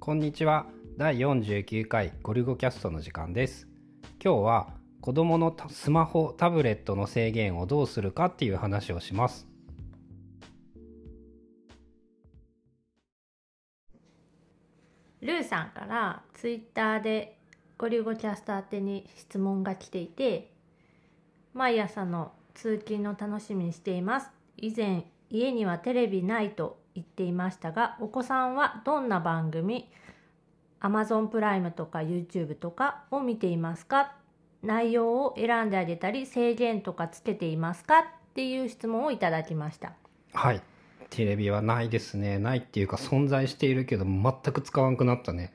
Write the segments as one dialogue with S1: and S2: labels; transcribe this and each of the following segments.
S1: こんにちは第49回ゴルゴキャストの時間です今日は子どものたスマホタブレットの制限をどうするかっていう話をします
S2: ルーさんからツイッターでゴリゴキャスター宛てに質問が来ていて毎朝の通勤の楽しみにしています以前家にはテレビないと言っていましたがお子さんはどんな番組 Amazon プライムとか YouTube とかを見ていますか内容を選んであげたり制限とかつけていますかっていう質問をいただきました
S1: はいテレビはないですねないっていうか存在しているけど全く使わなくなったね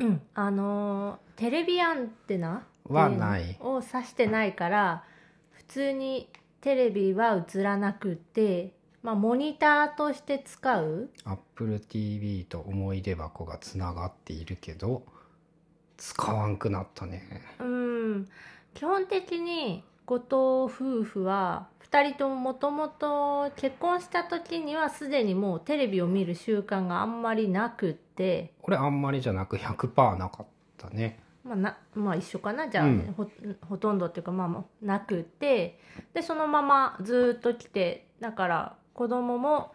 S2: うん、あのーテレビアンテナ
S1: はない
S2: ってうのを指してないから普通にテレビは映らなくて、まあ、モニターとして使う
S1: Apple TV と思い出箱がつながっているけど使わんくなったね
S2: うん基本的に後藤夫婦は2人とももともと結婚した時にはすでにもうテレビを見る習慣があんまりなくって、
S1: これあんまりじゃなく100%なかったね
S2: まあ、なまあ一緒かなじゃあ、
S1: うん
S2: ほほとんどっていうかまあまあなくてでそのままずーっと来てだから子供も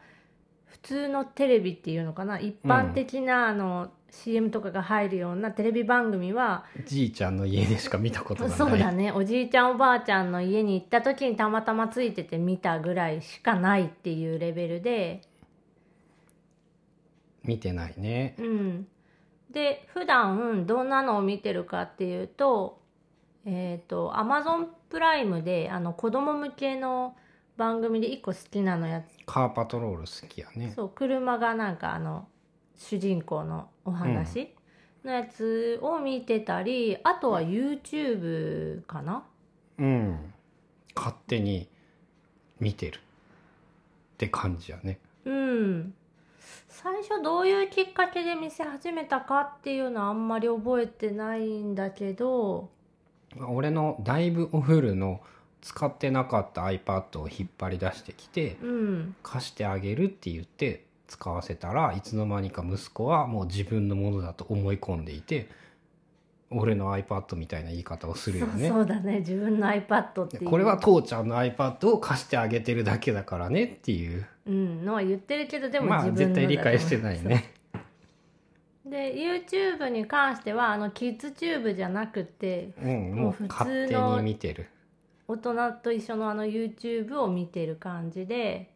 S2: 普通のテレビっていうのかな一般的なあの、CM とかが入るようなテレビ番組は
S1: じいちゃんの家でしか見たことがない
S2: そうだねおじいちゃんおばあちゃんの家に行った時にたまたまついてて見たぐらいしかないっていうレベルで
S1: 見てないね
S2: うん、で普段どんなのを見てるかっていうと,、えー、と Amazon プライムであの子供向けの番組で1個好きなのやつ、
S1: カーパトロール好きやね
S2: そう車がなんかあの主人公のお話のやつを見てたり、あとは YouTube かな
S1: うん勝手に見てるって感じやね
S2: うん最初どういうきっかけで見せ始めたかっていうのはあんまり覚えてないんだけど
S1: 俺のだいぶお古の使ってなかった iPad を引っ張り出してきて
S2: うん
S1: 貸してあげるって言って使わせたらいつの間にか息子はもう自分のものだと思い込んでいて俺の iPad みたいな言い方をするよね
S2: そうそうだね自分の iPad っていう
S1: これは父ちゃんの iPad を貸してあげてるだけだからねっていう
S2: うんのは言ってるけどでも
S1: まあ
S2: 自分
S1: 絶
S2: のだ
S1: 対
S2: と
S1: 理解してないね
S2: そうで YouTube に関してはあのキッズチューブじゃなくて
S1: うん
S2: もう
S1: もう
S2: 普通の
S1: 勝手に見てる
S2: 大人と一緒のあの YouTube を見てる感じで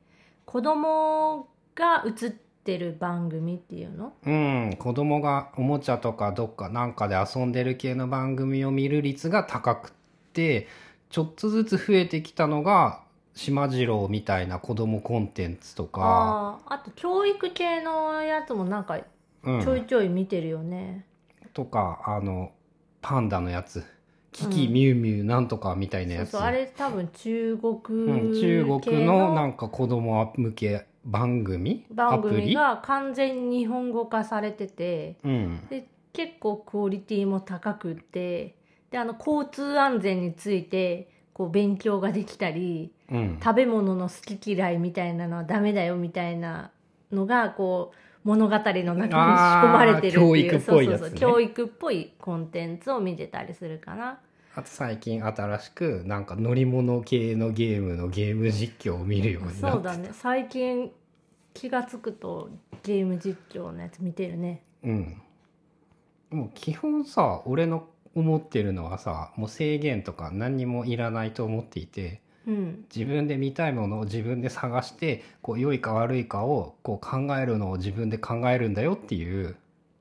S2: 子供が映ってる番組っていうの
S1: うん子供がおもちゃとかどっかなんかで遊んでる系の番組を見る率が高くってちょっとずつ増えてきたのが島次郎みたいな子供コンテンツとか、
S2: あああと教育系のやつもなんかち
S1: うん、
S2: ょいちょい見てるよね、
S1: とかあのパンダのやつキキ
S2: うん
S1: ミュウミュウなんとかみたいな
S2: そう
S1: やつ、
S2: そうあれ多分中国
S1: うん、中
S2: 系
S1: 国のなんか子供向け番組
S2: 番
S1: アプ
S2: 組
S1: リ、
S2: が完全に日本語化されてて
S1: うん、
S2: で結構クオリティも高くってであの交通安全についてこう勉強ができたり
S1: うん、
S2: 食べ物の好き嫌いみたいなのはダメだよみたいなのがこう物語の中に仕込まれてるっていう
S1: あー教育っぽいやつね
S2: そうそうそう教育っぽいコンテンツを見てたりするかな。
S1: あと最近新しくなんか乗り物系のゲームのゲーム実況を見るようになって
S2: そうだね最近気が付くとゲーム実況のやつ見てるね。
S1: うん、もう基本さ俺の思ってるのはさもう制限とか何にもいらないと思っていて
S2: うん、
S1: 自分で見たいものを自分で探してこう良いか悪いかをこう考えるのを自分で考えるんだよっていう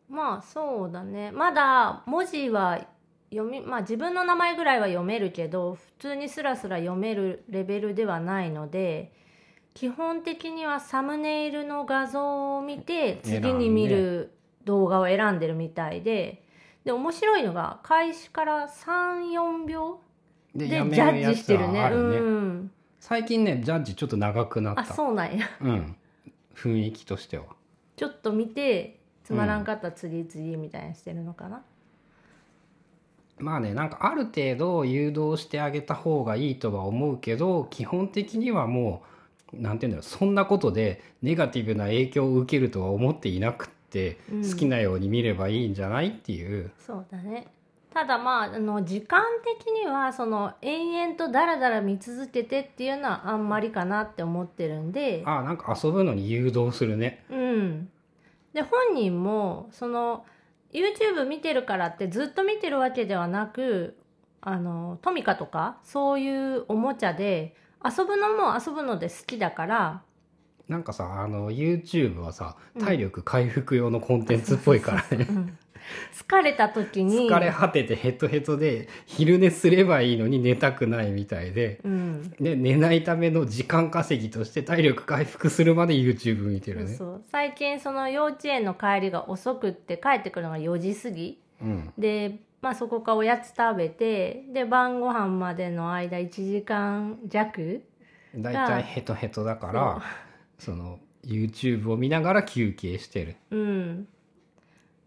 S2: まあそうだねまだ文字は読みまあ自分の名前ぐらいは読めるけど普通にスラスラ読めるレベルではないので基本的にはサムネイルの画像を見て
S1: 選んで
S2: 次に見る動画を選んでるみたいでで面白いのが開始から34秒
S1: で
S2: でジ
S1: やめ
S2: ャ
S1: る
S2: ッ
S1: や
S2: ジし
S1: つ
S2: てるね
S1: はあるね、
S2: うん
S1: 最近ねジャッジちょっと長くなっ
S2: あ
S1: た
S2: そうなんや
S1: うん雰囲気としては
S2: ちょっと見てつまらんかったら次々みたいにしてるのかな、
S1: まあねなんかある程度誘導してあげた方がいいとは思うけど基本的にはもうなんていうんだろうそんなことでネガティブな影響を受けるとは思っていなくっって
S2: うん
S1: 好きなように見ればいいんじゃないっていう、
S2: そうだねただまああの時間的にはその延々とダラダラ見続けてっていうのはあんまりかなって思ってるんで
S1: ああなんか遊ぶのに誘導するね
S2: うんで本人もその YouTube 見てるからってずっと見てるわけではなくあのトミカとかそういうおもちゃで遊ぶのも遊ぶので好きだから
S1: なんかさあの YouTube はさ
S2: うん
S1: 体力回復用のコンテンツっぽいからね、
S2: うん疲れた時 に
S1: 疲れ果ててヘトヘトで昼寝すればいいのに寝たくないみたいで
S2: うん
S1: で寝ないための時間稼ぎとして体力回復するまで YouTube 見てるね
S2: そう最近その幼稚園の帰りが遅くって帰ってくるのが4時過ぎ
S1: うん
S2: で、まあ、そこからおやつ食べてで晩ご飯までの間1時間弱
S1: 大体ヘトヘトだからその YouTube を見ながら休憩してる
S2: うん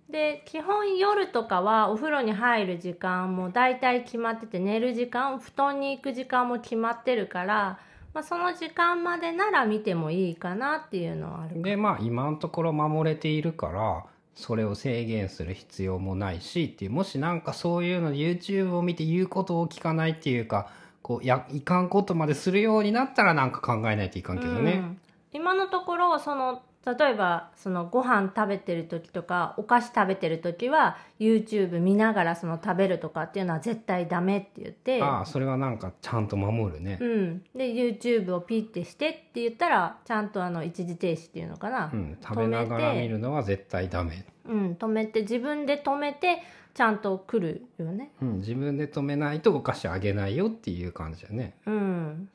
S2: で基本夜とかはお風呂に入る時間も大体決まってて寝る時間布団に行く時間も決まってるから、まあ、その時間までなら見てもいいかなっていうのはある
S1: でまあ今のところ守れているからそれを制限する必要もないしっていうもしなんかそういうの YouTube を見て言うことを聞かないっていうかこうやいかんことまでするようになったらなんか考えないといかんけど
S2: う
S1: ね、
S2: ん今のところその例えばそのご飯食べてる時とかお菓子食べてる時は YouTube 見ながらその食べるとかっていうのは絶対ダメって言って、
S1: ああそれはなんかちゃんと守るね
S2: う、ん、で YouTube をピッてしてって言ったらちゃんとあの一時停止っていうのかな
S1: う、ん、食べながら見るのは絶対ダメ、
S2: うん止めて自分で止めてちゃんと来るよね。
S1: うん、自分で止めないとお菓子あげないよっていう感じだね
S2: うん、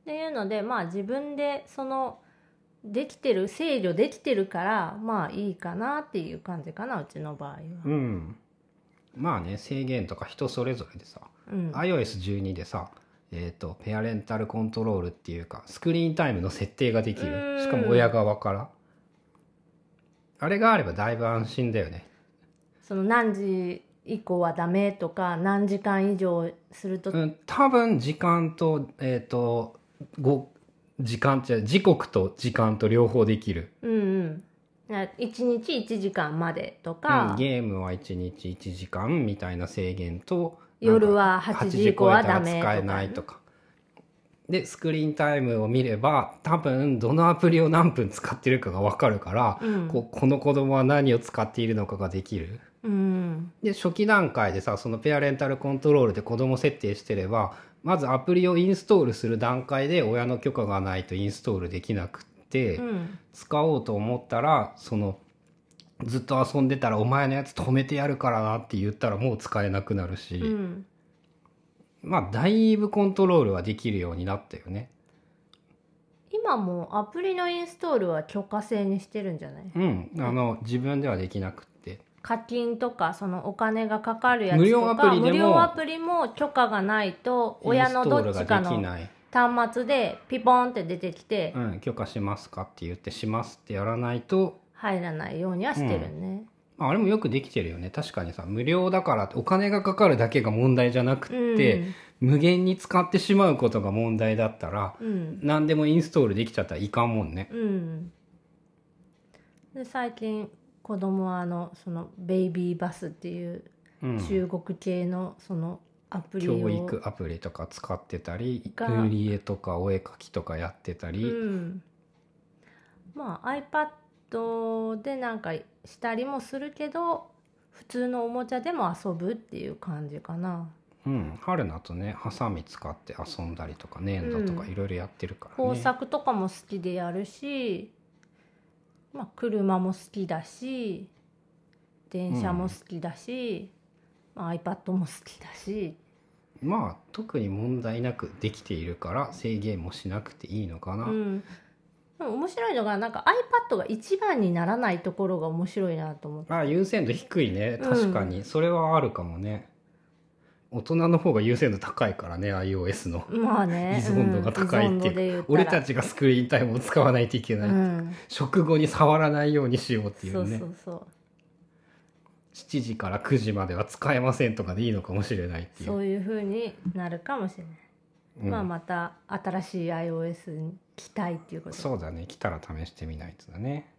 S2: っていうのでまあ自分でそのできてる制御できてるからまあいいかなっていう感じかなうちの場合は。
S1: うんまあね制限とか人それぞれでさ
S2: うん、
S1: iOS12 でさ、えー、とペアレンタルコントロールっていうかスクリーンタイムの設定ができ
S2: うー
S1: る
S2: ん
S1: しかも親側からあれがあればだいぶ安心だよね
S2: その何時以降はダメとか何時間以上すると、
S1: うん多分時間とえっ、とご時間って時刻と時間と両方できる、
S2: うんうんな1日1時間までと
S1: うん
S2: か、
S1: ゲームは1日1時間みたいな制限と
S2: 夜
S1: なんか
S2: は8時以降はダ
S1: 8時超え
S2: メと
S1: たら
S2: か
S1: 使えないとかでスクリーンタイムを見れば多分どのアプリを何分使ってるかが分かるから、
S2: うん
S1: ここの子供は何を使っているのかができる
S2: うん
S1: で初期段階でさそのペアレンタルコントロールで子供設定してればまずアプリをインストールする段階で親の許可がないとインストールできなくって、
S2: うん
S1: 使おうと思ったらそのずっと遊んでたらお前のやつ止めてやるからなって言ったらもう使えなくなるし、
S2: うん
S1: まあだいぶコントロールはできるようになったよね
S2: 今もアプリのインストールは許可制にしてるんじゃない
S1: うんあの自分ではできなくって
S2: 課金とかそのお金がかかるやつとか
S1: 無料アプリでも
S2: 無料アプリも許可がないと親のどっちか
S1: インストールができ
S2: の
S1: ない、
S2: 端末でピポンって出てきて
S1: うん、許可しますかって言ってしますってやらないと
S2: 入らないようにはしてるね。
S1: まああれもよくできてるよね確かにさ無料だからってお金がかかるだけが問題じゃなくって、無限に使ってしまうことが問題だったら
S2: うん、うん
S1: 何でもインストールできちゃったらいかんもんね
S2: うん、で最近子供はあのそのベイビーバスっていう
S1: うん
S2: 中国系のそのアプリを、
S1: 教育アプリとか使ってたり
S2: が
S1: 塗り絵とかお絵描きとかやってた
S2: う
S1: り、
S2: ん、まあ iPad でなんかしたりもするけど普通のおもちゃでも遊ぶっていう感じかな
S1: うん、春菜とねハサミ使って遊んだりとか粘土とか
S2: うん
S1: いろいろやってるからね、
S2: 工作とかも好きでやるし、まあ、車も好きだし電車も好きだし、まあ、iPad も好きだし
S1: まあ特に問題なくできているから制限もしなくていいのかな、
S2: うん、でも面白いのがなんか iPad が一番にならないところが面白いなと思って
S1: あ優先度低いね
S2: うん
S1: 確かに、それはあるかもね大人の方が優先度高いからね iOS の
S2: まあ
S1: 依
S2: ね
S1: 存度が高いって
S2: うん依存度で
S1: い
S2: 言
S1: う
S2: っ、ら
S1: 俺たちがスクリーンタイムを使わないといけ
S2: う
S1: ない、
S2: ん、
S1: 食後に触らないようにしようってい
S2: そうう
S1: ね
S2: そうそう
S1: 7時から9時までは使えませんとかでいいのかもしれないっていう
S2: そういう風になるかもしれない、
S1: うん
S2: まあまた新しい iOS に期待っていうことで
S1: そうだね来たら試してみないとだね